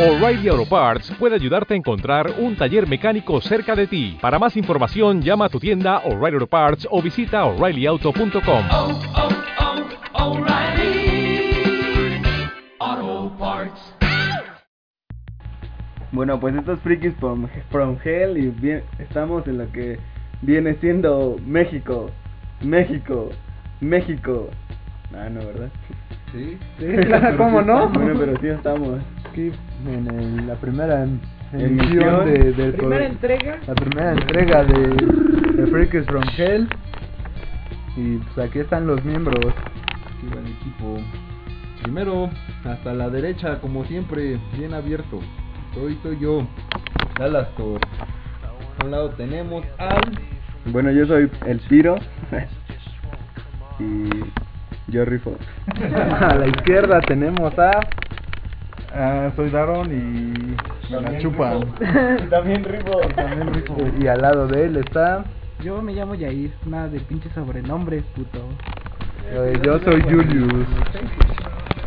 O'Reilly Auto Parts puede ayudarte a encontrar un taller mecánico cerca de ti. Para más información, llama a tu tienda O'Reilly Auto Parts o visita oreillyauto.com. oh, oh, oh, O'Reilly. Auto Parts. Bueno, pues estos frikis from, from hell y bien, estamos en lo que viene siendo México, México, México. Ah, no, ¿verdad? Sí. ¿Cómo no? Bueno, pero sí estamos. Aquí en el- la primera em- Emisión. emisión de, del Primera pro- entrega. la primera entrega de, de Freaks from Hell. Y pues aquí están los miembros. Aquí va el equipo. Primero, hasta la derecha, como siempre, bien abierto. Soy, soy yo, Dalastor. A un lado tenemos al. Bueno, yo soy el Piro y yo rifo. A la izquierda tenemos a. Ah, soy Daron y me la chupan. También rifo. Y al lado de él está. Yo me llamo Yair, nada de pinche sobrenombre, puto. eh, yo soy Julius.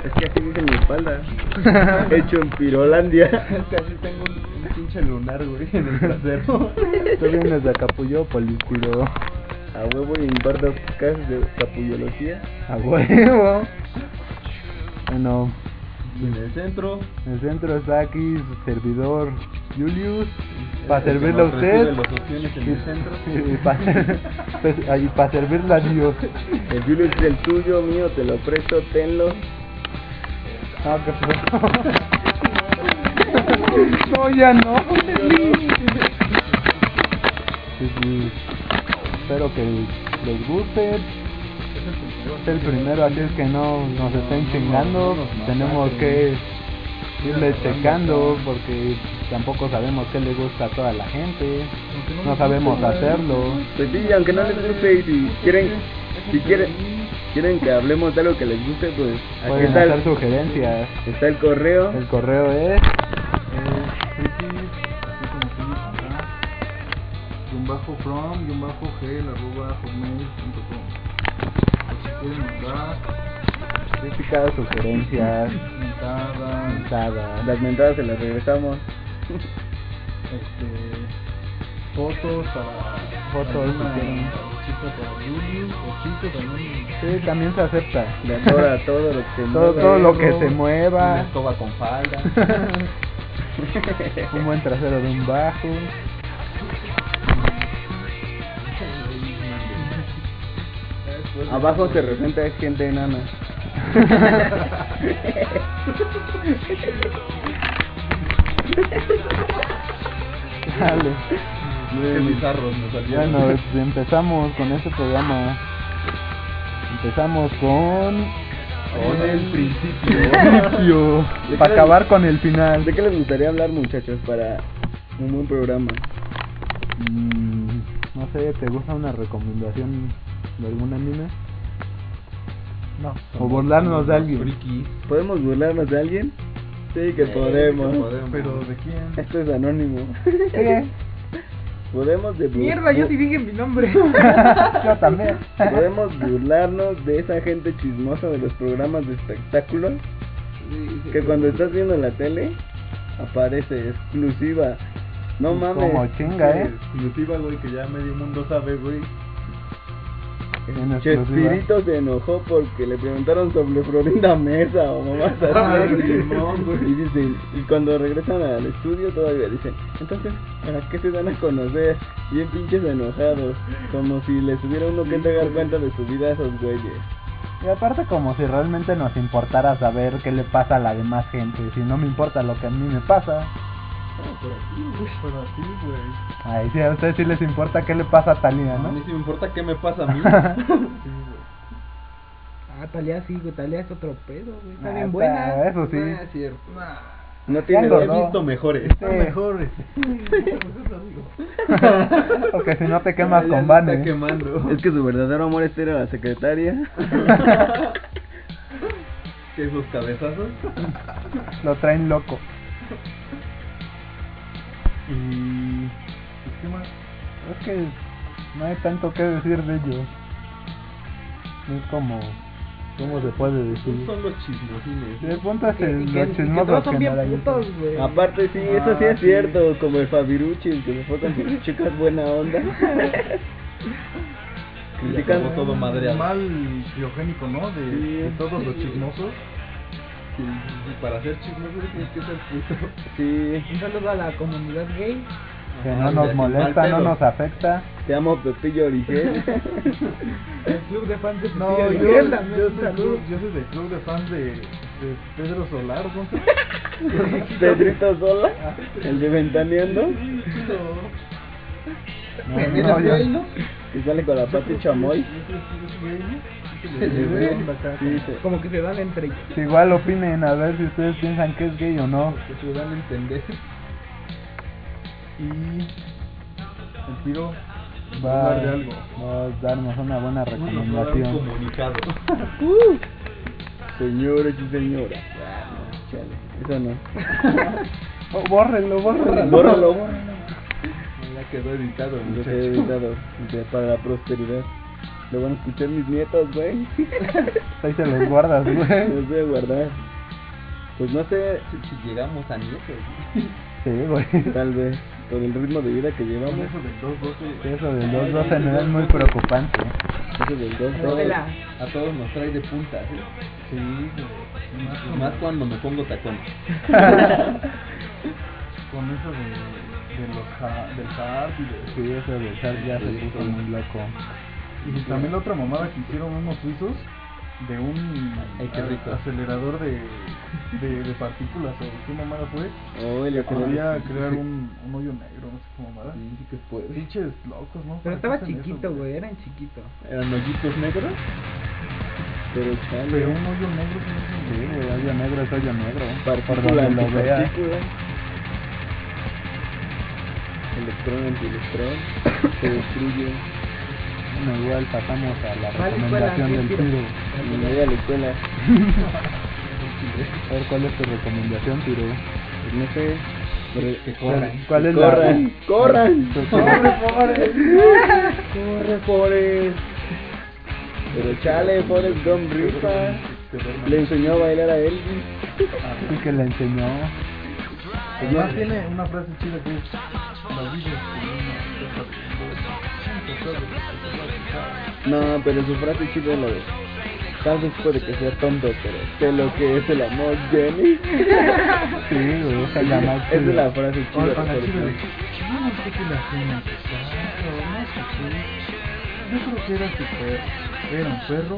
Es que así dice mi espalda. Hecho en Pirolandia. Casi tengo un, un pinche lunar, güey, en el trasero. Tú vienes de Acapulcopolis, pero. A huevo y impartas clases de capullología. A huevo. Bueno, Y en el centro. en el centro está aquí su servidor Julius. Para el que servirle a nos recibe usted. Los opciones en el centro. Y para pues, servirle a Dios. El Julio es el tuyo, mío, te lo presto, tenlo. Ah, qué feo. No, ya no. Sí, sí. Espero que les guste. Es el primero, así es que no nos estén chingando. Tenemos que irle checando porque tampoco sabemos qué le gusta a toda la gente. No sabemos hacerlo. Pues sí, aunque no les guste y si quieren, si quieren, quieren que hablemos de algo que les guste, pues aquí Pueden está hacer el, sugerencias. está el correo. El correo es Y un bajo from, y un bajo gel, arroba hotmail.com. Pueden mandar críticas, sugerencias, mentadas, mentadas. Las mentadas se las regresamos. este, fotos para Fotos, alguna si quieren. chica para Julius o chico también Sí, también se acepta. De amor a todo lo que se Todo, mueve. todo lo que se una mueva. escoba con falda un buen trasero de un bajo. Abajo se representa gente enana. Dale. qué bizarros nos salieron Bueno, pues, empezamos con este programa. Empezamos con. con el principio Para acabar con el final. ¿De qué les gustaría hablar, muchachos, para un buen programa? Mm, no sé, ¿te gusta una recomendación de algún anime? No. O burlarnos de alguien. friki ¿Podemos burlarnos de alguien? Sí, Eh, que que podemos. podemos. Pero de quién? Esto es anónimo. Podemos de Mierda, yo sí dije mi nombre. Yo también. Podemos burlarnos de esa gente chismosa de los programas de espectáculos que cuando estás viendo la tele aparece exclusiva. No mames. Como chinga, eh. Exclusiva, güey, que ya medio mundo sabe, güey. En exclusiva. Chespirito se enojó porque le preguntaron sobre Florinda Mesa o mamás Ah, así. Simón, güey. y dicen, y cuando regresan al estudio todavía dicen, entonces, ¿para qué se dan a conocer? Bien pinches enojados, como si les hubiera uno que dar cuenta de su vida a esos güeyes. Y aparte como si realmente nos importara saber qué le pasa a la demás gente. Si no me importa lo que a mí me pasa. Pero así, güey. Ay, sí, a ustedes sí les importa qué le pasa a Talía, a mí ¿no? sí me importa qué me pasa a mí Ah, Talía sí, güey, Talía es otro pedo, güey. Está Ah, bien está, buena. eso sí. no Ah, es cierto No tiene Tengo, dos- ¿no? He visto mejores. Sí. mejores. Porque si no te quemas Ya con se está Vane. ¿eh? quemando Es que su verdadero amor es ir a la secretaria. que esos cabezazos Lo traen loco. Y. pues, ¿Qué más? Es que no hay tanto que decir de ellos. No es como ¿Cómo se puede decir? Son los chismosines. Le apuntas Que- y el, que- y los que chismosos todos que son bien no la putos, gustan. güey. Aparte, sí, eso Ah, sí es cierto, como el Fabiruchi, el que se fue con sus chicas buena onda. acabó Critican todo madreado. mal biogénico, ¿no? De, Sí. de todos los chismosos. Y- y para ser chismoso tienes que ser puto. Sí, Un saludo a la comunidad gay. Que Ajá, no de- nos de molesta, mal no pedo. nos afecta. te amo Pepillo Origel. El club de fans de No, Cecilia yo, Miguel también, yo, un soy saludo. club, yo soy del club de fans de, de Pedro Solar, ¿no? Pedrito Sola, el de Ventaneando, No, no, yo- que sale con la Pati Chamoy. Sí, se- Como que se dan entre ellos. Igual opinen a ver si ustedes piensan que es gay o no. Que se van a entender. Y el tiro Va hablar de algo. va a darnos una buena Nos va a dar un recomendación. comunicado. Señores y señoras. Ah, no, chale, Eso no. Oh, bórrenlo, bórrenlo. Bórralo, bórralo. Ya quedó editado, Lo que he muchachos. evitado de- para la prosperidad. Lo van a escuchar mis nietos, güey. Ahí se los guardas, güey. Los voy a guardar. Pues no sé, Si, si llegamos a nietos. Sí, güey. tal vez, por el ritmo de vida que llevamos, eso del 212. Eso del 212 me es muy preocupante. ¿eh? eso del dos, dos. Novela. A todos nos trae de punta. ¿eh? ¿sí? Sí, güey. Más Y con, Más cuando me pongo tacones. con eso de, de los ja- del hard y de- Sí, eso del SAT ya se Sí, puso sí. muy loco. Y también la otra mamada que hicieron unos suizos de un Ay, qué rico. a- acelerador de, de, de partículas o qué mamada fue. Oh, el Que ojo. podía crear un, un hoyo negro, no sé qué mamada. Sí, sí que puede. Pinches locos, ¿no? Pero ¿Para qué estaba hacen eso, chiquito, güey, eran chiquitos. Eran hoyitos negros. Pero chale. Pero un hoyo negro que no Sí, güey, hoyo negro es hoyo negro. Por Partícula donde lo vea. antipartícula. Electrón antielectrón. Se destruye. Bueno, igual pasamos a la Va a la escuela, recomendación sí, del tiro. tiro. Y me voy a la escuela. A ver, ¿cuál es tu recomendación, tiro? Pues no sé. Que, que corran. ¿Cuál es Corran, la... Pues corran. Tu- Corre, Forrest. Pero chale, Forrest Gump rifa. Le enseñó a bailar a Elvis. Y que le enseñó. Además tiene una frase chida que es "Las vidas con una hoja de color". No, pero su frase chida es la de. Tal vez puede que sea tonto, pero sé lo que es el amor, Jenny. Sí, güey, esa es la más Esa es la chida. "Ah, frase O- chida. o la por chida de, ejemplo. "Yo no sé qué le hacían a tu perro, no sé qué". Yo creo que era tu perro.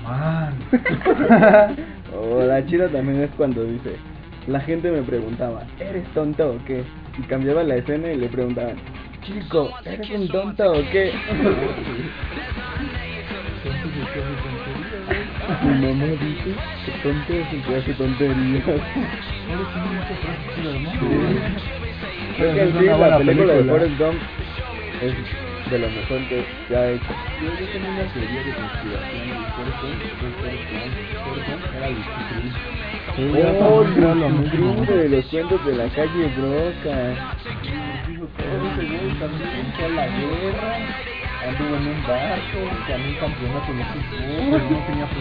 Era un perro. Man. O la chida también es cuando dice. La gente me preguntaba, ¿eres tonto o qué? Y cambiaba la escena y le preguntaban, chico, ¿eres un tonto o qué? Mi mamá dice que tonto es el que hace tonterías. Creo que Pero en es sí una la buena película, de película. Forrest Gump es de lo mejor que se ha hecho. Yo yo tenía una teoría de conspiración. y Forrest Gump, Forrest Gump, Forrest Gump era Luis Sí, yo ¡Oh, también creo lo Luis mismo. Gringo de los cuentos de la calle Broca! Todo ese güey también entró a la guerra, anduvo en un barco, ganó un campeonato de fútbol. Ajá.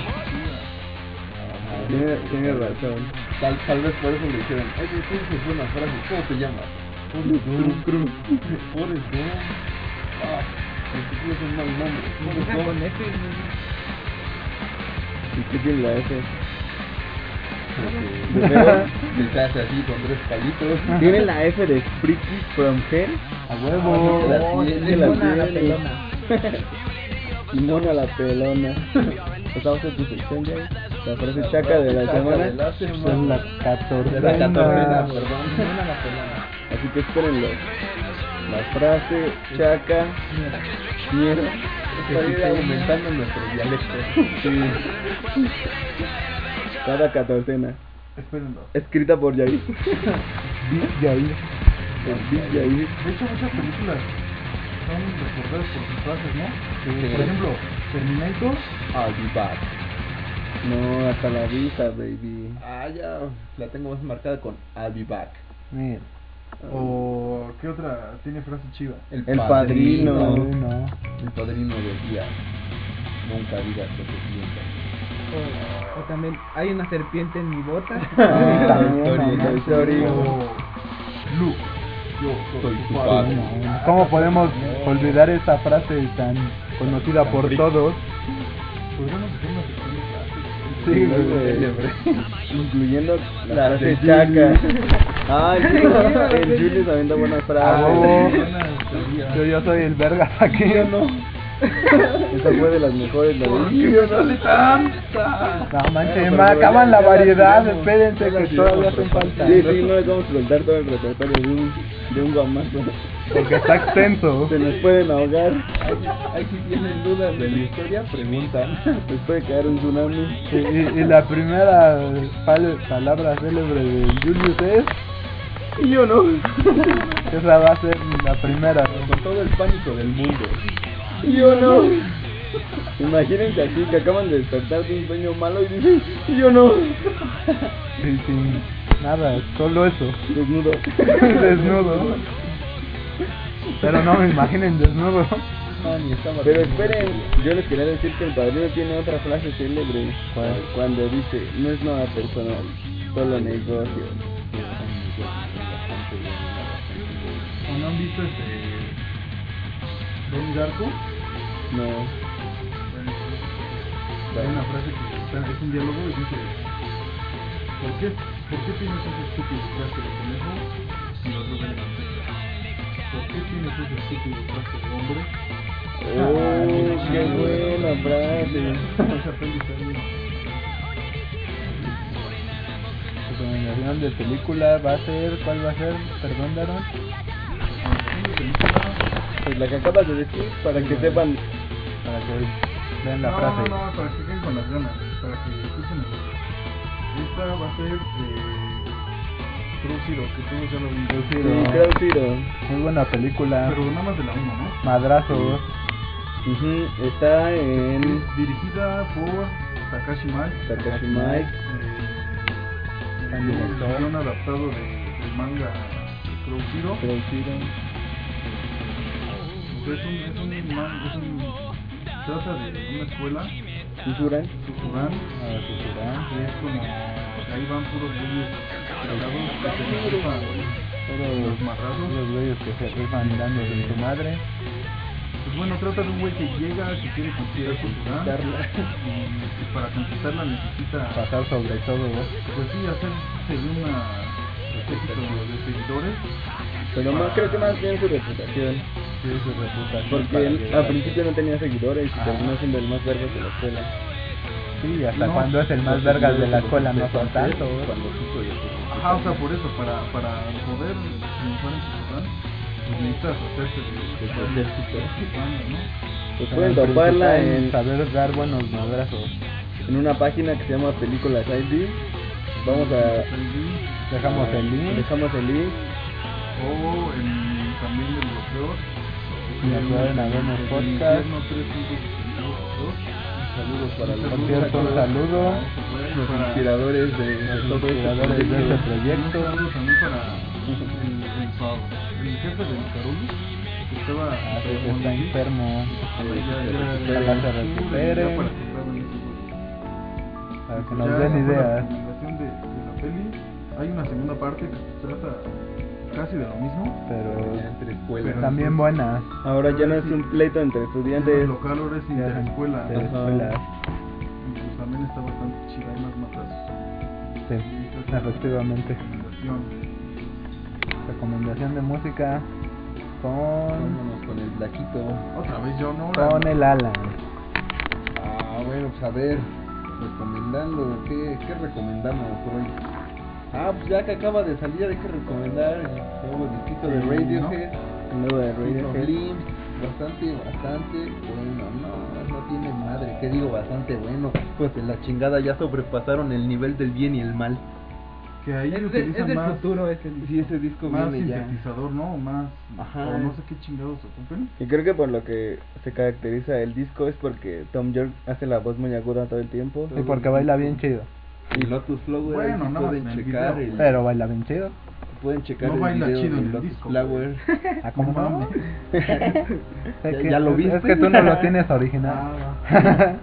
Tiene, tiene razón. Tal, tal vez por eso le dijeron, oye, tienes que hacer una frase, ¿cómo te llamas? Forrest Gump. Forrest Gump. Ah, ni siquiera es un mal nombre. Forrest Empieza con Gump. F, güey. ¿Y qué tiene la F? Porque ¿De feo? le se hace así con tres palitos. Tiene la F de Freaky from Hell A huevo. Oh, es es que que la la Mona la tiene. pelona. Simona la pelona. Estamos en tu sección ya. La frase chaca de la semana. Esa es la De la catorcena, catorcena. perdón. Mona la pelona. Así que espérenlo. La frase chaca. Mierda. Estoy aumentando nuestro dialecto. Sí. Cada catorcena. Espérenlo. Escrita por Yair. Y ahí, El Big Yair. De hecho, muchas películas son recordadas por sus frases, ¿no? Sí. Por ejemplo, Terminator. I'll be back. No, hasta la vista, baby. Ah, ya la tengo más marcada con I'll be back. mira. ¿O qué otra tiene frase chida? El padrino. No, no. El padrino decía, nunca digas lo que piensas. O también, hay una serpiente en mi bota. Ah, Victoria, no, Victoria. Victoria. Luke, yo soy tu padre. ¿Cómo podemos olvidar esa frase tan conocida por todos? Podríamos hacer una sección güey. Sí, de clases. Siempre. Incluyendo la frase frase chaca. Ay, el Julio también da buenas Ah, frases. huevo. Buenas teorías. Yo, yo soy el verga aquí. Yo no. Esa fue de las mejores, la de No manches, me acaban la variedad, espérense que todavía hacen falta. Sí, sí, no les vamos a soltar todo el repertorio de un, de un guamazo. Porque está extenso. Se nos pueden ahogar, Ay, si tienen dudas de la historia, preguntan. les puede caer un tsunami. Y, y- y la primera pal- palabra célebre de Julius es, Y yo no. esa va a ser la primera. Con todo el pánico del mundo. Y yo no. Imagínense así que acaban de despertar de un sueño malo y dicen, y yo no. Sí, sin nada, solo eso. Desnudo. Desnudo. Pero no me imaginen desnudo. No, ni estaba Pero esperen, yo les quería decir que el padrino tiene otra frase célebre ¿Cuál? cuando dice, no es nada personal, solo negocio. ¿O no han visto este. Donnie Darko? No. Hay una frase que está- es un diálogo y dice: ¿Por qué, ¿Por qué tienes ese estúpido traje de conejo si los dos eran hombres? ¿Por qué tienes ese estúpido traje de hombre? Oh, qué buena frase. Esa peli está bien. Recomendación de película va a ser, ¿cuál va a ser? Perdón, Daron. Pues la que acabas de decir, para que sepan, Para que vean la no, frase. No, no, para que queden con las ganas, para que escuchen el Esta va a ser eh, True Zero, que todos ya lo vimos. sí, no. creo Ciro. Muy buena película. Pero nada más de la 1, ¿no? Madrazo. Ujú, Está en Es dirigida por Takashi Mike. Takashi Mike. Eh, Gran un director. guion adaptado de, del manga Crow Zero. Creo Ciro. Es un, es un, man- es un, trata de una escuela, Usura. Sukuban, Ah, sí, sí, ¿verdad? que es como, ahí van puros niños drogados que se rifan. Todos Los marranos. Los güeyes que se rifan dando de su madre. Pues bueno, trata de un güey que llega, que quiere conquistar Conquistarla. Sukuban, y, y para conquistarla necesita, Pasar sobre todo. pues sí, hacerse de una ejército de seguidores. Pero más, creo que más bien su reputación. Sí, su reputación para Ah. Porque él llegar. al principio no tenía seguidores y terminó siendo el más verga de la escuela. Sí, hasta No, cuando es el más los vergas de la seguidores escuela, cuando no son tanto. Ajá, o sea, por eso, para, para poder triunfar en Yucatán, pues necesitas hacerte de de- de- ¿no? Pues Pero pueden el toparla principal en, Saber dar buenos madrazos. en una página que se llama Películas ID. Vamos a. Ahí, Dejamos el link. Dejamos el link. O en, también de los peor. Y acuden a vernos podcast. Saludos para los- Por cierto, un saludo. Para- Inspiradores de, de Los todo este inspiradores de proyecto. este proyecto. Un saludo también para el, el, Pablo, el jefe del Carulus, que estaba Ah, sí, que está enfermo. Ojalá se recupere. Para que nos den ideas. recomendación de, de la peli. Hay una segunda parte que trata casi de lo mismo. Pero Entre escuelas. también buena. Ahora ya no es un pleito entre estudiantes. Los calores y de Ya la son escuela. de la Ajá. escuela. Y pues también está bastante chida. Hay más matas. Sí, efectivamente. Recomendación. Recomendación de música con, Vámonos con el blaquito. Otra vez yo no. ahora con no. el Alan. Ah, bueno, pues a ver. Recomendando. ¿Qué, qué recomendamos hoy? Ah, pues ya que acaba de salir, hay que recomendar el nuevo disquito de Sí, Radiohead. Nuevo de Pink Radiohead. Slim, bastante, bastante bueno, no, no tiene madre, que digo bastante bueno, pues de la chingada ya sobrepasaron el nivel del bien y el mal. Que Es, ahí de- es utilizan del más, futuro ese disco. Sí, ese disco más viene ya. sintetizador, ¿no? O más. Ajá. O no sé qué chingados ocupen. Y creo que por lo que se caracteriza el disco es porque Tom York hace la voz muy aguda todo el tiempo. Y porque baila bien chido. Y Lotus Flower, Bueno, ahí sí no, en pueden el checar video. el, Pero baila bien chido. pueden checar No el baila video chido de en el Lotus disco. Flower. Ah, ¿cómo No no? mames. Es Ya- que- ya lo es- Es viste. que tú no lo tienes original. Ah,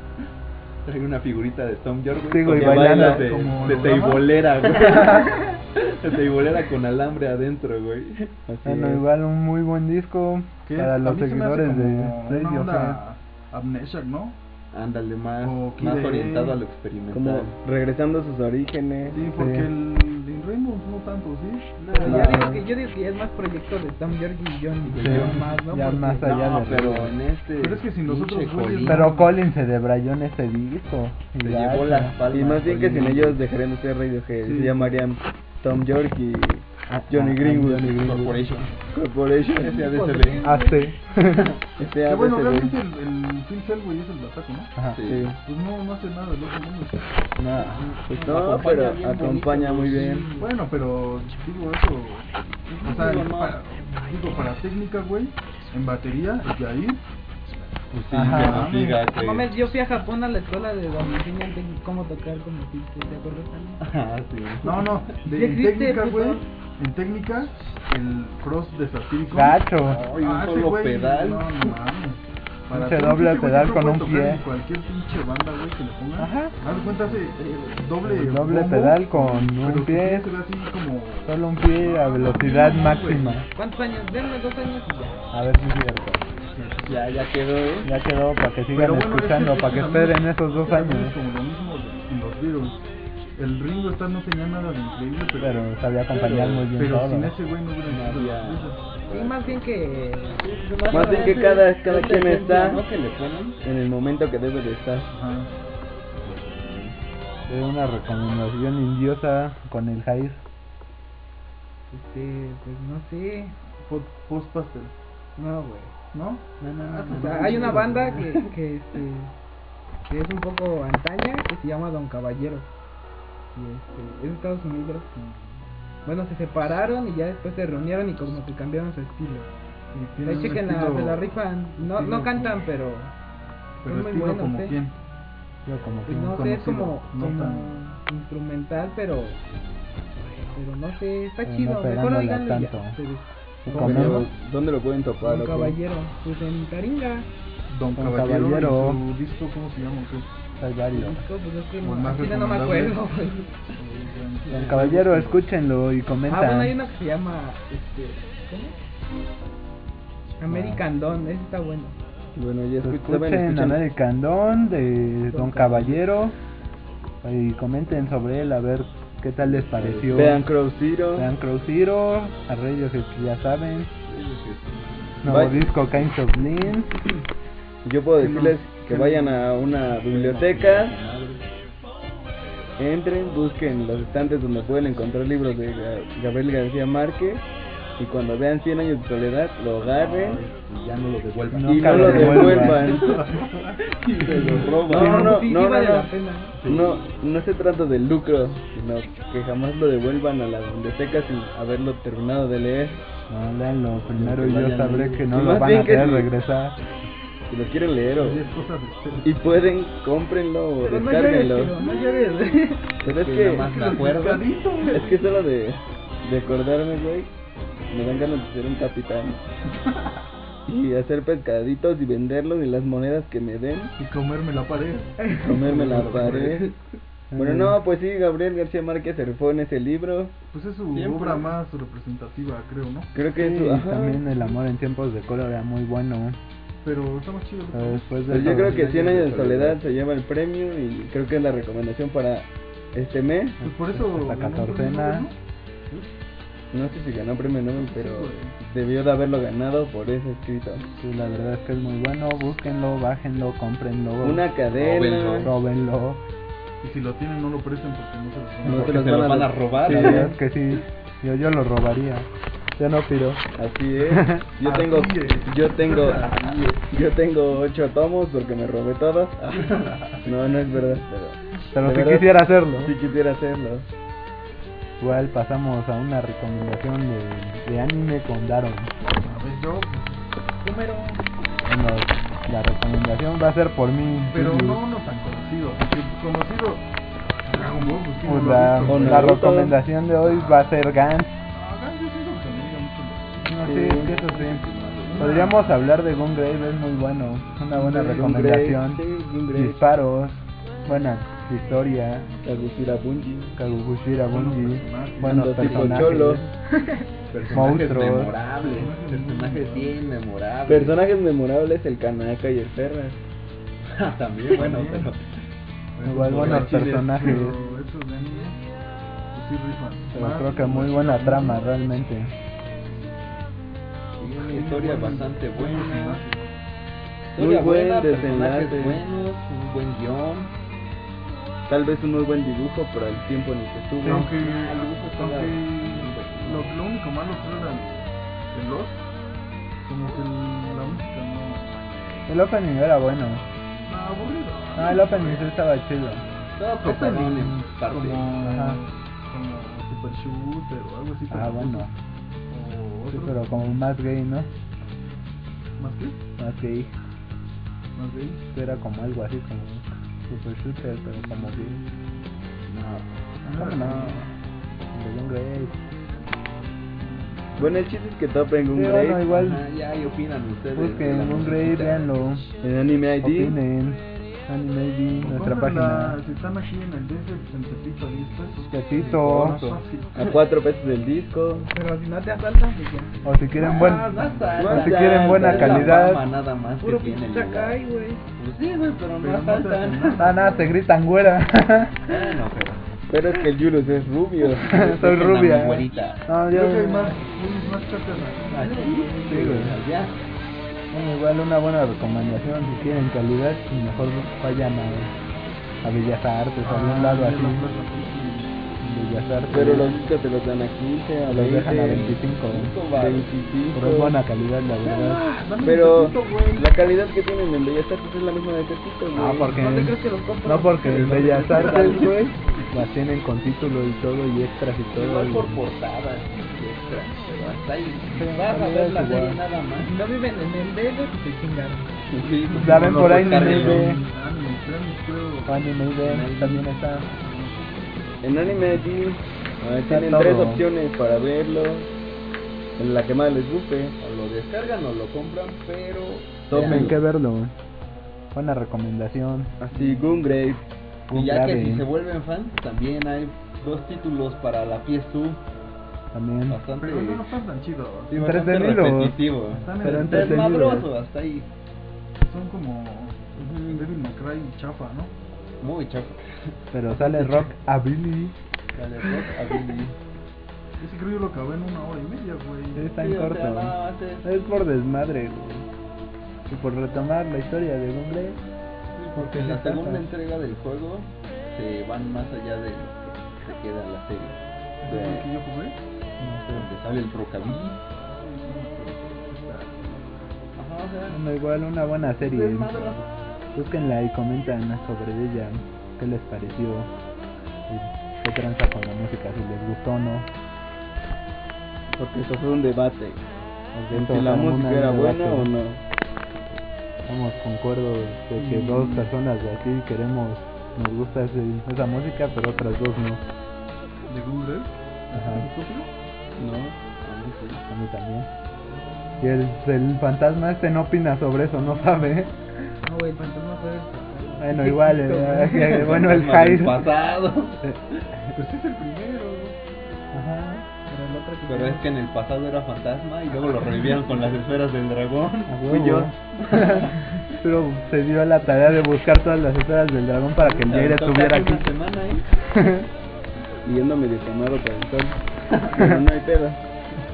Trae una figurita de Tom York, Sí, güey, que bailando baila de, como de holograma. teibolera, güey. de teibolera con alambre adentro, güey. Así Bueno, es. Ah, igual un muy buen disco Que para a los mí se me hace seguidores como de una Radiohead. onda Amnesiac, ¿no? Ándale, más, O que más de- orientado a lo experimental. Como regresando a sus orígenes. Sí, porque Sí. el In Rainbows no tanto, ¿sí? No, No. Yo, digo que, yo digo que es más proyecto de Tom York y John. Sí, y John más, ¿no? ya Porque- más allá No, de pero Radiohead. en este. Pero es que sin nosotros, pinche güey, Colin Pero Colin se debrayó en este disco. y se ya, llevó las palmas. Y más bien que Colin. sin ellos dejarían de ser Radiohead. Sí. Se llamarían Tom York y ah, Johnny ah, Greenwood. Johnny Greenwood. Corporation. Corporation. SADCB. Ah, sí. Este Que bueno, ABCD. realmente el, el Phil Selway es el bataco, ¿no? Ajá. Sí. Pues no, no hace nada del otro mundo. No. Pues no, pero acompaña muy bien. Bueno, pero digo eso. O sea, para, digo, para técnica, güey, en batería, y ahí. Pues sí, Ajá. que nos diga No que- mames, yo fui a Japón a la escuela de donde enseñan de cómo tocar como Phil, ¿te acuerdas? Ah, Ajá, sí. No, no, de, Ya en existe, técnica, puto. güey. En técnica, el cross de Satírico. Ah, Gacho. Ay, un ese solo güey, pedal. No, no mames. Pinche todo, doble ese güey pedal yo creo con puede un tocar pie. en Cualquier pinche banda, güey, que le pongan. Ajá. Haz de cuenta, hace eh, doble. El doble bombo, pedal con pero un su pie. se ve así como. Solo un pie a velocidad güey. máxima. ¿Cuántos años? Denme dos años y ya. A ver si es cierto. Ya, ya quedó, ¿eh? Ya quedó para que sigan Pero bueno, escuchando, es para que también- esperen esos dos también años. Es como lo mismo de- en los Beatles. El Ringo Starr no tenía nada de increíble, pero. Pero sabía acompañar muy bien pero todo. sin ese güey no hubiera Había- nada. Sí, más bien que. Más bien que cada, cada Ese quien ejemplo, está ¿no? que le ponen. en el momento que debe de estar. Ajá. Es una recomendación indiosa con el Jair. Este, pues no sé. Post pastel, No, güey. ¿no? No, no, Ah, no. O no, sea, no, hay una no, banda no. que, que, este, que es un poco antaña que se llama Don Caballero. Y este, es de Estados Unidos. y, bueno, se separaron y ya después se reunieron y como que cambiaron su estilo. Y tiene Ahí un chequen la, estilo- se la rifan. No, estilo no cantan, como- pero. Pero son muy estilo buenos, como ¿eh? quién. Yo como que Pues no sé, es conocido, como, no como tan- instrumental, pero. Pero no sé, está Pero no chido. Mejor pegándola oiganlo y tanto. ya. ustedes. ¿Cómo se llama? ¿Dónde lo pueden topar? Don o qué? Caballero, pues en Taringa. Don Don Caballero, Caballero. y su disco, ¿cómo se llama? o qué? hay El varios. disco, pues es que Pues no, más al chile no me recomendable. acuerdo. güey. Pues Don Caballero, escúchenlo y Ah, bueno, hay comenten. uno que se llama. Este, ¿Cómo? American Don, ese está bueno. Bueno, ya escuch- saben, Escuchen Pues escuchen. American Don de Don Don Caballero y comenten sobre él a ver qué tal les pareció. Vean Crow Zero. Vean Crow Zero, a Radiohead que ya saben. Nuevo Bye. disco Kinds of Lean. Yo puedo decirles que vayan a una biblioteca, entren, busquen los estantes donde pueden encontrar libros de Ga- Gabriel García Márquez y cuando vean 100 años de soledad lo agarren Y ya no lo pues, devuelvan. y Nunca no lo lo devuelvan. devuelvan. Y se lo No, no, roban. no, sí, sí no, vale no. la pena. No, no se trata del lucro, sino que jamás lo devuelvan a la biblioteca sin haberlo terminado de leer. No, leanlo primero y Que yo vayan sabré ahí. que no Y lo más van bien a que hacer sí. regresar. Si lo quieren leer o, Diez cosas de ustedes. y pueden, cómprenlo o Pero no llores, descárguenlo. pero no llores. Pero es Que que, nada más me acuerdo. es que solo de, de acordarme, güey, me dan ganas de ser un capitán. Y hacer pescaditos y venderlos y las monedas que me den, Y comerme la pared. Pues, comerme la pared. Bueno, no, pues sí, Gabriel García Márquez se rifó en ese libro. Pues es su Siempre. obra más representativa, creo, ¿no? Creo que Sí, es su... ajá. también El amor en tiempos de color era muy bueno. Pero está más chido. Pero después de Pero Pues yo creo eso- que 100 años de soledad se lleva el premio y creo que es la recomendación para este mes. Pues por eso. Hasta ganó un catorcena. premio, ¿no? No sé si ganó premio Nobel, pero debió de haberlo ganado por ese escrito. Sí, la verdad es que es muy bueno. Búsquenlo, bájenlo, cómprenlo, Una cadena. Nobel, róbenlo. Y si lo tienen, no lo presten porque no se los van a No dar. Porque te los se los van van a- a robar. Sí. La a verdad ver. es que sí. Yo, yo lo robaría. Yo no pido. Así es. Yo Así tengo, es. yo tengo, yo tengo ocho tomos porque me robé todos. No, no es verdad, pero Pero De si verdad, quisiera hacerlo. si quisiera hacerlo. Igual pasamos a una recomendación de, de anime con Daron. A ver, yo. Número. Bueno, la recomendación va a ser por mí. Pero sí. no, no tan conocido. Porque conocido. Dragon Ball, pues, ¿quién Pues no lo ha la, visto? O la Naruto. recomendación de hoy va a ser Gantz. Ah, yo siento que también ya mucho lo- No, Sí. sí, es que eso sí. Podríamos hablar de Gungrave, es muy bueno. Una buena Gungrave, recomendación. Gungrave, sí, Gungrave. Disparos. Buena historia. Kagushira Bunji. Kagushira Bunji. personajes. Buenos Tipo personajes. cholos. Personajes Monstruos. memorables. Personajes bien memorables. Personajes memorables, el Kanaka y el Ferras. Ah, También, bueno, También. pero. Igual buenos Chiles, personajes. Pero esos de anime, pues sí rifan. Pero Más, creo que muy más buena chiles, trama realmente. Sí, una tiene historia buenos- bastante buenos buena. enlaces. Historia Muy buen buena, personajes desenlace. buenos, un buen guión. Tal vez un muy buen dibujo, pero al tiempo ni se sube. Aunque, Ah, el dibujo está aunque bien. lo, lo único malo creo era el- el Lost, como que el- la música no... El opening era bueno. no, aburrido. Ah, el opening sí estaba chido. Todo copadón en parte. Como, Ajá. como Super Shooter o algo así. Ah, pero- bueno. O Sí, otro, pero como más gay, ¿no? ¿Más qué? Más gay. ¿Más gay? Era como algo así, como super shooter, pero como gay. Ah, ¿Cómo no? De John Gray. Bueno, el chiste es que topen Sí, un bueno, Grey Ajá, igual ya ahí opinan ustedes. de la busquen un Grey, musiquita. véanlo. en Anime ID. Opinen. Anime ID, o nuestra cómprenla, página. Pues, Si están aquí en el DC, pues en Tepito, a 10 pesos. Tepito. Más fácil. A 4 pesos del disco. Pero si no te asaltan, pues ya. O si quieren buen. Ah, no está, o no si está. quieren buena Es la fama calidad. nada más que Puro tiene el pinche lugar. acá, güey. Pues sí, güey, pero no Pero no te hacen asaltan. nada. Ah, nada, te gritan güera. Bueno, pero. Pero es que el Yulus es rubio. Soy Dejen a mi rubia. güerita. No, yo. Creo que hay más, unos más chacas acá. Ah, sí, Sí, güey. Ya. Bueno, igual una buena recomendación si quieren calidad, y mejor vayan a, a Bellas Artes, a algún lado Ah, así. de la plaza, sí, Bellas Artes. Pero los discos te los dan a 15, a los dejan a 20, 25. ¿no? baros. 25. Pero es buena calidad, la Ah, verdad. sí. Dame Pero un Tepito, güey. la calidad que tienen en Bellas Artes es la misma de Tepito, güey. No, Ah, porque. ¿Dónde crees que los compras? No, porque en Bellas Artes, Exacto. güey, las tienen con título y todo, y extras y todo. Igual y- por portadas y extras, pero hasta ahí. Pero vas a no ver es la serie igual. nada más. Si no viven en el DF, pues se chingaron. Sí, pues, La ven no por lo ahí en puedes el cargar. de Anime, Friends, creo. Anime ID, también está. En Anime ID ah, Está tienen todo. tres opciones para verlo. En la que más les guste. O lo descargan o lo compran, pero. Tienen Tomen. que verlo. Buena recomendación. Así, Gungrave. Y Un ya que clave si se vuelven fans, también hay dos títulos para la PSU También. bastante, Pero no, no están tan chidos. sí, bastante Entretenidos. repetitivo. Están Pero en- entretenidos. Desmadroso, hasta ahí. Son como Devil May Cry y Chafa, ¿no? Muy chapo. Pero sale Rock Ability. Dale, Rock, Ability. Ese creo yo lo acabé en una hora y media, güey. Está Sí, en o sea, corto. nada más es- Es por desmadre, güey. Y por retomar la historia de Google. Sí, porque en la segunda entrega del juego se van más allá de lo que se queda en la serie. Ese fue el que De- yo jugué. Donde sale el rockabilly. Ajá, o sea, Bueno, igual una buena serie. desmadroso. Búsquenla y comentan sobre ella. ¿Qué les pareció? Y ¿Qué tranza con la música? Si les gustó o no. Porque eso fue un debate. Porque En esto si la también música hay era debate. buena o no. Estamos concuerdo de Mm. que dos personas de aquí queremos, nos gusta ese- esa música, pero otras dos no. ¿De Google? Ajá, No. a mí también. Y el, el fantasma este no opina sobre eso, no sabe. No, güey, el fantasma fue esto. Bueno, igual, eh, eh, bueno, el Fantasma del Hyde. pasado. Pues es el primero. Ajá, Pero el otro que Pero es que en el pasado era fantasma y luego lo revivieron con las esferas del dragón. a Fui huevo. yo. Pero se dio a la tarea de buscar todas las esferas del dragón para que el Jair Tocaste estuviera aquí. Una semana, ¿eh? Y yo ando medio quemado para el sol. Pero no hay pedo.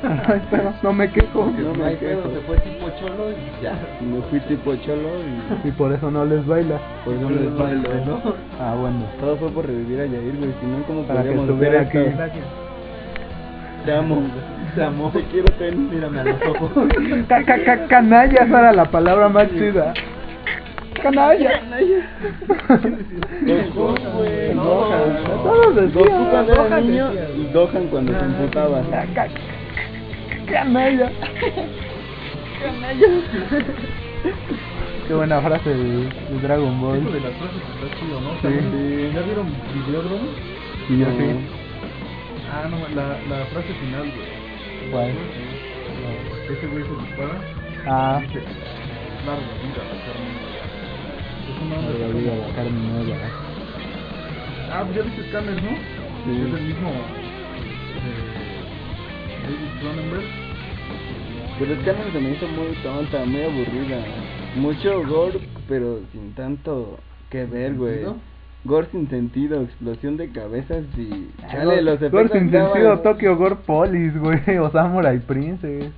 Ay, pero no me quejo. No No me hay pedo, quejo. se fue tipo cholo y ya. Me fui tipo cholo y Y por eso no les baila. por eso les bailo. Ah, bueno. Todo fue por revivir a Yair, güey. Si no, ¿cómo Para que podríamos hacer estuviera esto? aquí. Gracias. Te amo. Se amó. Te quiero, Ten. Mírame a los ojos. Ca- ca- ca- Canalla, esa era la palabra más chida. Canalla. Goku, güey. Gohan. Gohan. Todos decían. Goku cuando era Gohan niño decía, y Gohan ¿eh? cuando Ah, se emputaba. Ca- ca- Canalla. Qué buena frase de, de Dragon Eso de Ball. las frases está chido, ¿no? Sí. También, ¿Ya vieron Videodrome? Y yo No. sí. Ah, no, la, la frase final, güey. ¿Cuál? Ese güey se dispara Ah, y dice, larga vida, la carne. Es una la onda vida, la carne nueva. Ah, pues ya viste Scanners, ¿no? Es el mismo. eh, David Cronenberg. Pero es que Ana se me hizo muy tonta, muy aburrida. Mucho gore, pero sin tanto que ver, güey. sentido? Gore sin sentido, explosión de cabezas y... Gore- Chale, los Gore efectos sin estaban- sentido, Tokyo Gore Police, güey, o Samurai Princess.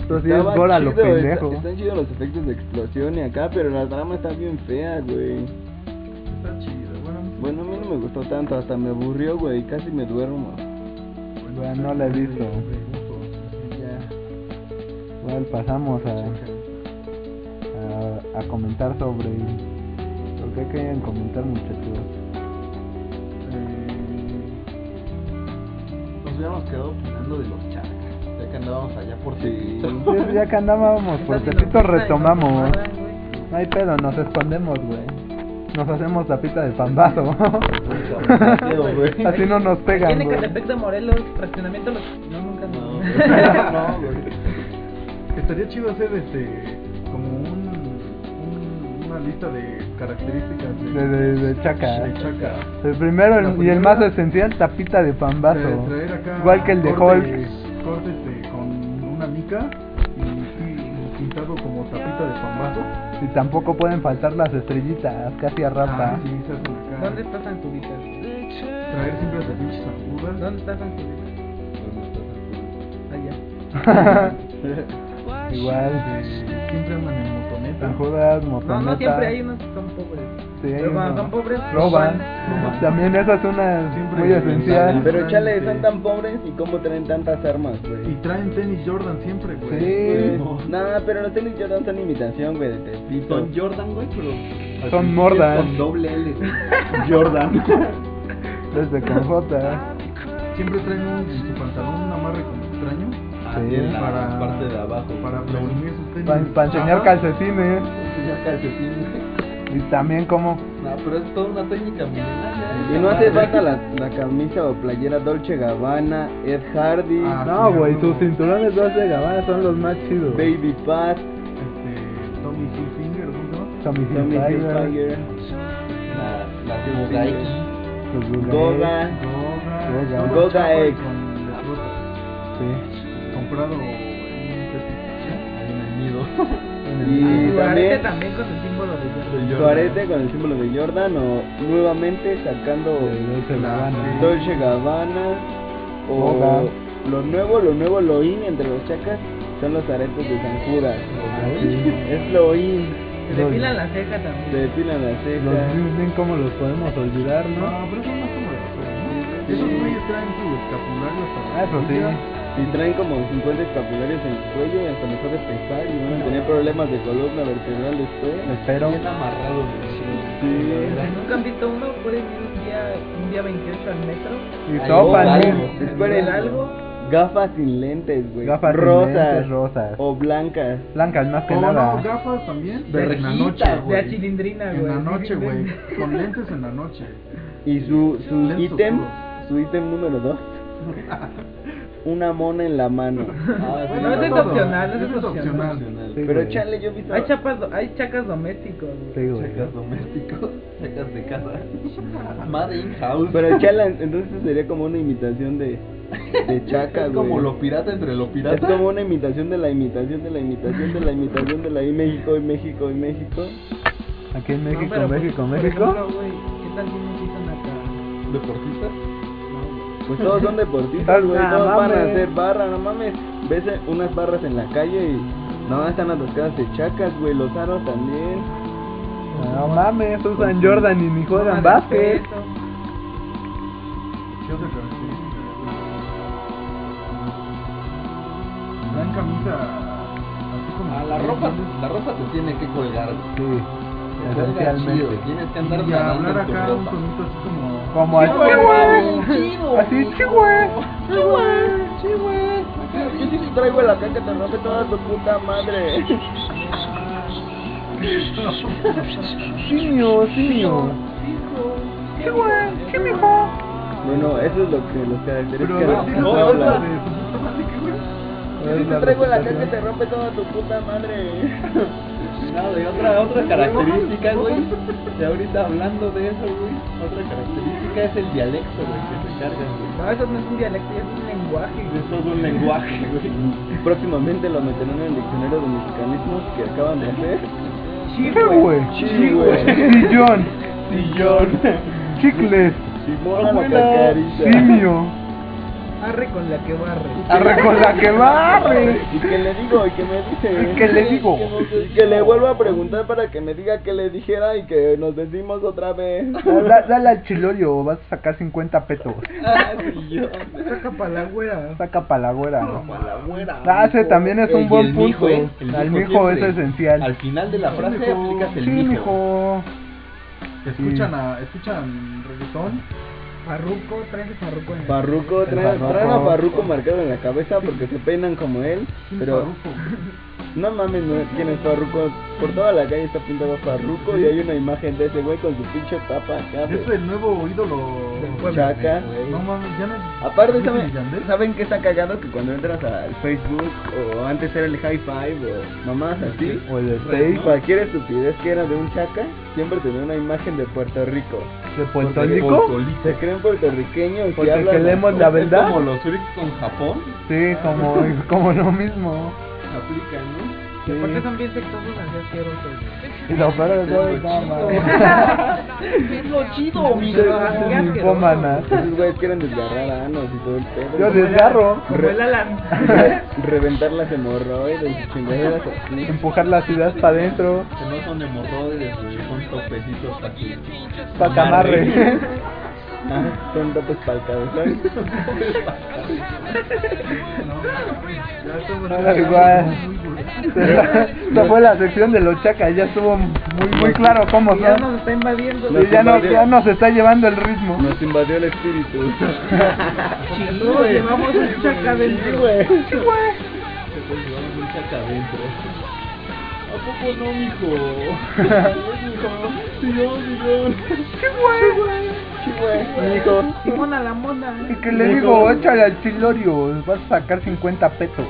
Esto sí es estaban gore a lo chido, está- pendejo. Están chidos los efectos de explosión y acá, pero la trama está bien fea, güey. Está chido, bueno. Bueno, a mí no me gustó tanto, hasta me aburrió, güey, casi me duermo. Bueno, no la he visto. Ya. Igual pasamos a, eh, a, a comentar sobre lo que querían comentar, muchachos. Nos hubiéramos quedado opinando de los chacas. Ya que andábamos allá por Sí. Entonces, ya que andábamos por Tepito, retomamos. No hay pedo, nos escondemos, güey. Nos hacemos tapita de pambazo. güey. Así no nos pegan, Tiene que güey. Catepec de Morelos, fraccionamiento los... No, nunca no. No, güey. Estaría chido hacer este. como un, un- una lista de características De, de, de, de chaca. de Chaca. El primero La el- y el más primera- esencial, tapita de Tra- pambazo. traer acá Igual que el de cortes- Hulk. Cortes de- con una mica y, y pintado como tapita de pambazo. Y tampoco pueden faltar las estrellitas, casi a rapa. Ah, sí, se hacen acá. ¿Dónde está Santurita? Traer siempre las pinches zancudas. ¿Dónde está Santurita? Allá. Igual. Eh, siempre andan en motoneta. San Judas, No, motoneta. no, siempre hay unos que son pobres. Sí, hay Pero cuando uno. son pobres, Roban. roban. También esa es una Siempre muy hay- esencial. Pero chale, son sí. tan pobres y cómo traen tantas armas, Y güey. traen tenis Jordan siempre, güey. Sí. No. Nada, pero los tenis Jordan son imitación, güey, de Tepito. Son Jordan, güey, pero. Son Mordan. Con doble L, güey. Jordan. Desde con J. Siempre traen un- en su pantalón un amarre como extraño. Sí. en la parte de abajo. Para presumir sus tenis. Para enseñar Ajá. calcetines. Señor calcetín. Y también como. No, pero es toda una técnica milenaria. Y no hace falta la, la camisa o playera Dolce Gabbana, Ed Hardy, Ah, No, sí, güey, no. tus cinturones dos de Gabbana son los más chidos. Baby Fat, Este, Tommy Hilfiger, ¿cómo se llama? Tommy Tommy Hilfiger, Hilfiger, este, La, la Bugai. los Bugatti, Goga, Goga. Goga. Todo Goga chapa y Egg. Con letrota. sí. Comprado en un Pepsi. Ahí en el nido. Ah, Y Tu arete también también con el símbolo de Jordan. su arete con el símbolo de Jordan o nuevamente sacando de Dolce Gabbana. Dolce Gabbana o Goga. lo nuevo, lo nuevo, lo in entre los chacas son los aretes de San Judas. Ah, sí. Es lo in, Se depilan la ceja también. se depilan las Los cejas. Disney, ¿cómo los podemos olvidar, no? No, pero son más como de papel, ¿no? Sí. Esos güeyes traen su escapulario hasta Ah, eso sí. Y traen como 50 escapularios en el cuello y hasta les hace pesar y van a tener problemas de columna vertebral después. Espero. Bien amarrado, güey. Si nunca han visto uno, pueden ir un día, un día 28 al metro. Y Ay, topan, ojalá. ¿eh? Esperen ¿Ver algo? Gafas sin lentes, güey. Gafas sin rosas, lentes, rosas. O blancas. Blancas, más Ah, que O no, nada. gafas también. De en la rejita, Ah, noche, de güey. a chilindrina, En la güey. noche, güey. Con lentes en la noche. Y su, su Lentes ítem, oscuros. su ítem número 2. Una mona en la mano. Ah, sí, No, ese es todo. opcional, ese Ese es opcional. Opcional. Sí, Pero güey. chale, yo he visto. Hay, chapas, do- hay chacas domésticos, güey. Sí, güey. Checas domésticos, checas de casa. Made in house. Pero chale, entonces sería como una imitación de, de chaca, es güey. como lo pirata entre lo pirata. Es como una imitación de la imitación de la imitación de la imitación de la y México y México y México. Aquí en No, México, pero, por- México, por México. ejemplo, güey, ¿Qué tal si me invitan acá? Deportista. Pues todos son deportistas, Ah, Tal- güey. nah, todos van a mames. hacer barra, no mames. Ves eh, unas barras en la calle y no están atascadas de chacas, güey. Los aros también. No mames, usan Jordan y ni juegan básquet. ¿Qué otra característica? Traen camisa. Así como. Ah, la ropa, la ropa te tiene que colgar. güey. Sí, Te cuelga chido. esencialmente. Tienes que Y andar hablar nadando en tu acá un ropa. tonito así como. Como así. Así, chihuahua. Yo sí traigo la caca, te rompe toda tu puta madre. Siño, siño. Chihuahua, ¿qué mijo? Bueno, eso es lo que los Pero caracteriza. no, No, tienes la ropa de tu puta madre, qué güey. Yo sí te traigo la caca, te rompe toda tu puta madre. No, de otra, otra característica, güey. De ahorita hablando de eso, güey. Otra característica es el dialecto, güey, que se carga, güey. No, eso no es un dialecto, ya es un lenguaje, güey. Es todo un lenguaje, güey. Próximamente lo meterán en el diccionario de mexicanismos que acaban de hacer. Sí, güey. Sí, güey. Sillón. Sillón. Chicles. Simón Guacacarita. Simio. Arre con la que barre. Arre con la que barre. Y que le digo, y que me dice. ¿Y qué le digo? Y que le vuelvo a preguntar para que me diga que le dijera y que nos decimos otra vez. Ah, Da- Dale al chilolio, vas a sacar 50 pesos. Saca pa' la güera. Saca palagüera, ¿no? Como la güera. Ah, ese también es Ey, un y buen el mijo, punto. ¿eh? El Al mijo mijo es siempre. Al esencial. final de la frase mijo. aplicas el Sí, mijo. mijo. Escuchan a, escuchan reggaetón. Farruco, traje farruco en el- Barruco, traen, Farruco. traen a Barruco marcado en la cabeza porque se peinan como él, pero Farruko. no mames, no, ¿quién es Farruco? Por toda la calle está pintado Farruco y hay una imagen de ese güey con su pinche tapa acá. de- Es el nuevo ídolo eh, Del pueblo. Chaca. No mames, ya no. Aparte, ¿no es ¿saben, el Yandel? ¿saben que está cagado? Que cuando entras al Facebook o antes era el High Five o mamás así, O el y steak cualquier estupidez que era de un chaca, siempre tenía una imagen de Puerto Rico. de Puerto Porque- Rico. Se creen puertorriqueños y Porque hablan queremos así. la Es verdad. Como los Uriks con Japón Sí, como, como lo mismo. aplican, ¿no? Y aparte son bien sexosos, así asquerosos, güey. Y lo peor de todo es no, Chido, mi mames, ninfómana. Esos güeyes quieren desgarrar anos y todo el pedo. Yo desgarro. Como el Alan. Re- reventar las hemorroides y chingaderas así. Empujar la ciudad para adentro. Que no son hemorroides, güey, son topecitos para que Pacamarre. Ah, son datos pa'l cabezón. Da igual. Esta fue la sección de los chacas. Ya estuvo muy, muy claro cómo Y ya nos son. está invadiendo. Y ya, no, ya nos está llevando el ritmo. Nos invadió el espíritu. Todos llevamos un chaca dentro. se puede llevar mucha acá adentro. ¿A poco no, mijo? Sí, yo, sí, yo. Hijo, Simón a la mona. Y que le digo, échale al chilorio. Vas a sacar 50 pesos.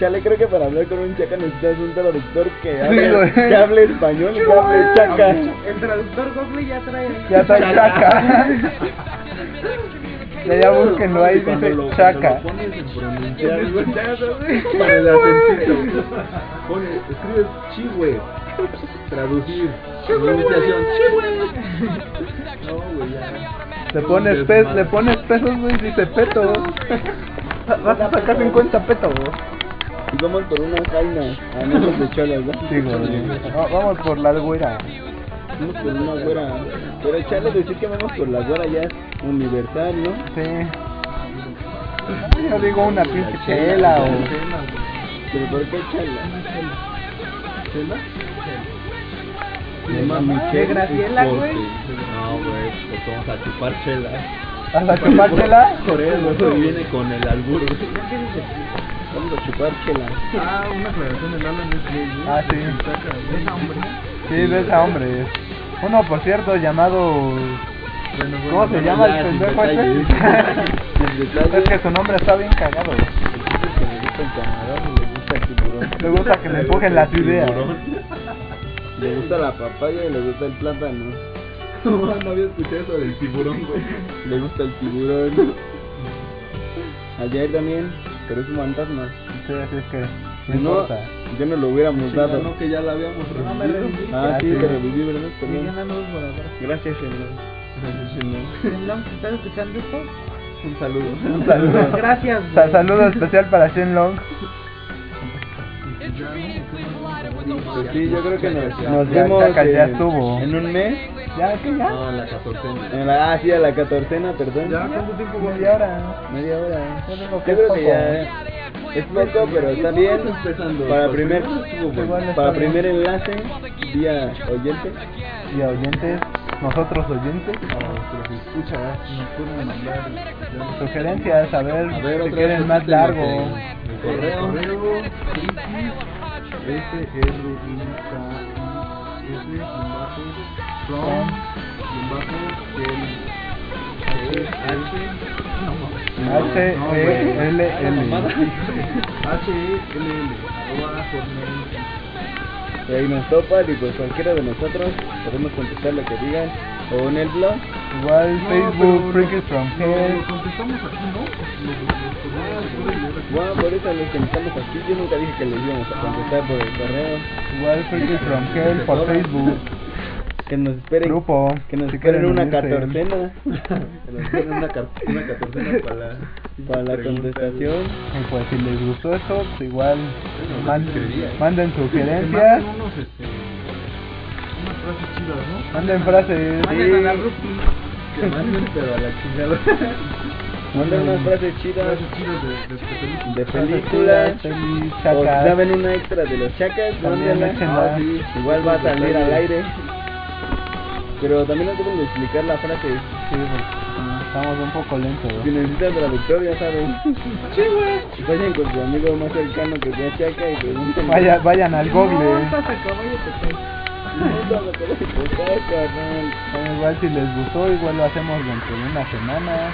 chale, creo que para hablar con un chaca necesitas un traductor que hable, Sí, güey. que hable español y que hable chaca. El traductor Google ya trae. Ya trae chaca. Ya, ya búsquenlo ahí, Cuando dice lo- cuando chaca. lo pones en pronunciar, güey, Para para el acentito. Pone, escribes chihue. Traducir. Pronunciación. No, güey, ya. Le pones, pes, le pones pesos, güey, dice peto. Vas a sacar 50 pesos. Y vamos por una jaina a menos de cholas, ¿no? Sí, güey. Va- Vamos por la güera. Vamos por una güera. Pero chale, decir que vamos por la güera ya es universal, ¿no? Sí. Yo digo una pinche chela Chela, o. güey. Pero ¿por qué chela? ¿Chela? Le mami De chela. Graciela, Porque- güey. No, güey, pues vamos a chupar chela. ¿Vas a chupar chela? Por eso güey, viene con el albur. güey. Vamos a chupar chela. Ah, una aclaración del Alan es gay, ¿eh? Ah, sí. Es chaca, ¿eh? Sí, ves a hombres. Uno, por cierto, llamado. Bueno, bueno, ¿Cómo se bueno, llama ya, el sin pendejo ese? detalles. Es que su nombre está bien cagado. que le gusta el camarón y le gusta el tiburón. Me gusta que me empujen las ideas. Tiburón. Le gusta la papaya y le gusta el plátano. No, no había escuchado eso del tiburón, güey. Le gusta el tiburón. Ayer también, pero es un fantasma. Sí, así es que. No Si no, importa. yo no lo hubiéramos Chingada, dado. no, que ya la habíamos No me revivido. rendí. Ah, sí, Ah, te sí. reviví, ¿verdad? También. Miguel Ángel Volador. Gracias, Sheldon. Shenlong, si estás escuchando esto, Un saludo. Un saludo. gracias. güey. Sa- saludo especial para Shen Long. Pues sí, yo creo que nos, Ya, nos ya, vemos ya, ya en, estuvo. en un mes. Ya, que ya. Ah, No, la 14 En la, ah, sí, a la catorcena, perdón. ¿Ya? ¿Cuánto tiempo va? Media hora. Media hora. Yo digo Yo que es creo que poco. ya es poco, pero está bien. empezando. Para Pues, primer, primero estuvo bueno. Igual está para bien. primer enlace, vía oyente. eh. Y a oyentes, nosotros oyentes, Escucha, nos pueden mandar ya. sugerencias, a ver, A ver, si otra vez, quieren más este, repíteme largo. que- Mi correo. Correo, S R I K I S bajo from bajo H el E L L. H E L L arroba hotmail Por ahí nos topan y pues cualquiera de nosotros podemos contestar lo que digan o en el blog. Igual No, Facebook, pero- Freakers from Lo Hell. contestamos aquí, ¿no? Lo- lo- lo- lo- lo- lo- Bueno, por eso les contestamos aquí. Yo nunca dije que les íbamos a contestar por el correo. Igual Freakers from Hell por Hola. Facebook. Que nos esperen. Grupo. Que nos si esperen quieren una unirse. catorcena Que nos den una car- una catorcena para la- para la pregunta. contestación. Y pues si les gustó esto, pues igual Bueno, man- yo sí creería, ¿eh? manden Que sugerencias. manden unos, este, unas frases chidas, ¿no? Manden frases. Manden a la sí. Rupi. Que manden, pero a la chingada. Manden unas frases chidas Frases chidas de, de, de películas. de Frases películas. chidas, feliz, O si chacas. saben una extra de los chacas, También mándenla. échenla. Ah, sí, Igual va a salir al aire. Pero también nos deben de explicar la frase. Sí, porque estamos un poco lentos. Si necesitan traductor, ya saben. Vayan con su amigo más cercano que sea chaca y pregunten. Vaya, vayan al No, Google. estás a caballo, te caes. Bueno, igual si les gustó, igual lo hacemos dentro de una semana.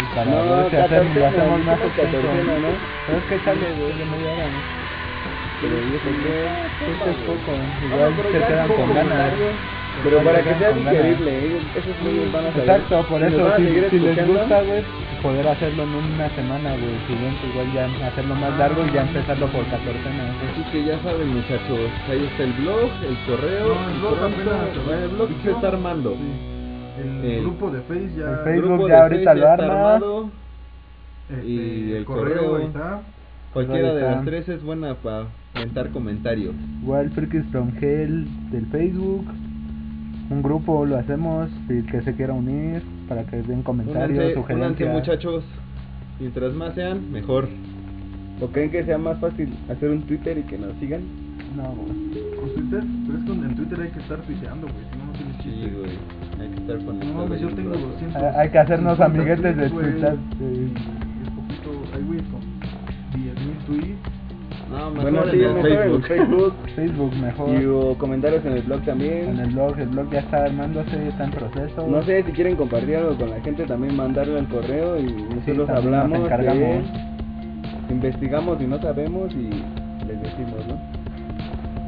Y para No, ver si hacemos, lo catorcena, hacemos más dijimos catorcena, ¿no? extenso. Pero es que sale de media hora. ¿no? Pero yo sé que- Esto es poco. Igual se quedan con ganas. Pero para que Con sea ganas. digerible, ellos, esos niños van a saber. Exacto, por Y nos eso, van a si, seguir si les escuchando. gusta, güey, poder hacerlo en una semana, güey, siguiente, igual ya hacerlo más largo y ya empezarlo por 14 Así que ya saben muchachos, ahí está el blog, el correo, No, y el blog pronto- apenas se va. el blog se está armando. Sí. El, El- grupo de Face ya. el El Facebook grupo ya de ahorita Facebook está lo arma. armado. este, y el correo. ahí está. Pues Cualquiera Ahí de está. las tres es buena para comentar comentarios. Igual Freakies from Hell del Facebook, un grupo lo hacemos, si el que se quiera unir, para que den comentarios, Únanse, únanse, sugerencias. muchachos. Mientras más sean, mejor. ¿O creen que sea más fácil hacer un Twitter y que nos sigan? No, güey. Con Twitter, pero es con en Twitter hay que estar tuiteando, güey. Si no, no tiene Sí, chiste. güey. Hay que estar No conectados. pues mames, yo tengo 200. Hay- hay que hacernos 50 amiguetes de tweets, güey. Twitter, Y sí. Es poquito. Hay güey con 10.000 tweets. No, mejor Bueno, sí, en el mejor en el Facebook. Facebook. Facebook mejor. Y o comentarios en el blog En también. el blog, el blog ya está armándose, está en proceso. No sé si quieren compartir algo con la gente, también mandarlo al correo y nosotros también nos hablamos, de- encargamos. investigamos y no sabemos y les decimos, ¿no?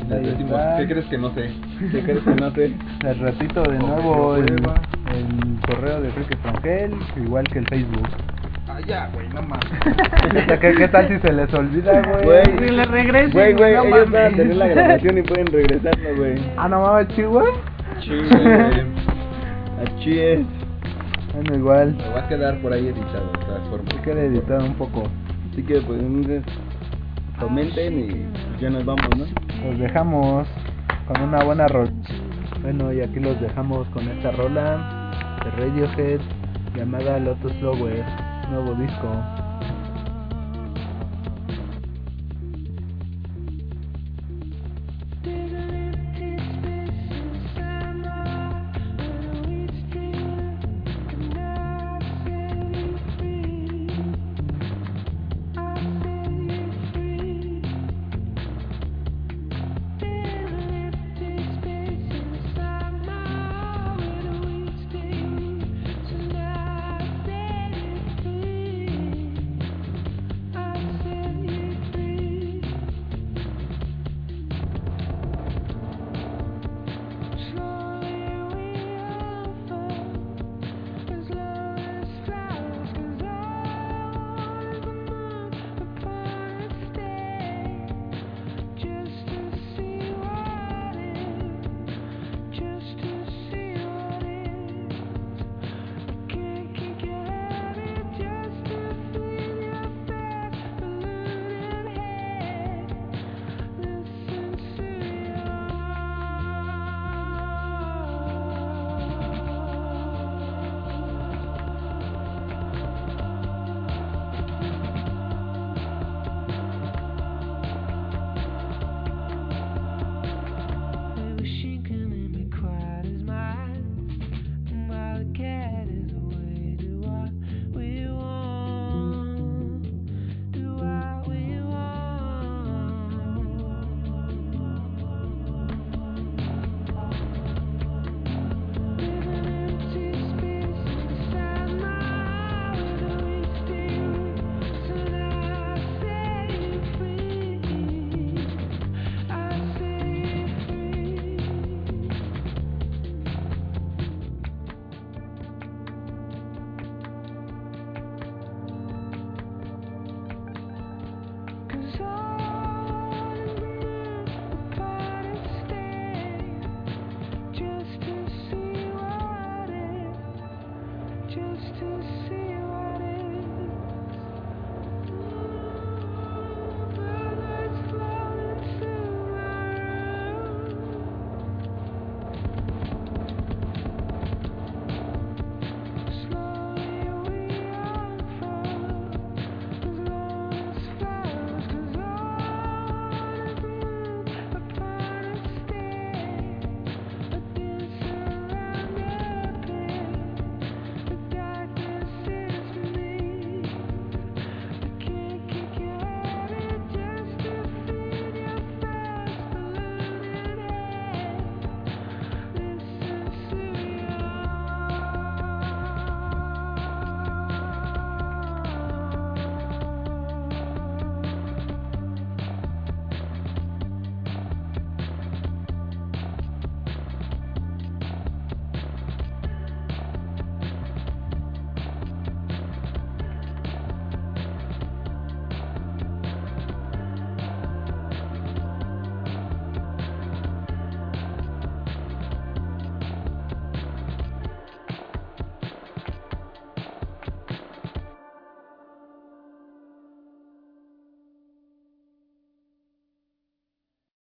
Les Ahí decimos, está. ¿qué crees que no sé? ¿Qué crees que no sé? Les repito de Como nuevo que el, hueva. el correo de Freakies from Hell, igual que el Facebook. Ah, ya, güey, no mames. ¿Qué, qué tal si se les olvida, güey? Güey. Y le regresen, Güey, güey, no ellos van a mames. tener la grabación y pueden regresarlo, güey. Ah, no mames, chihuahua. Chingo, güey. Así es. Bueno, igual, Lo va a quedar por ahí editado, de todas formas. hay que editar un poco. Así que pues entonces, comenten y ya nos vamos, ¿no? Los dejamos con una buena rola. Bueno, y aquí los dejamos con esta rola de Radiohead llamada Lotus Lower, nuevo disco.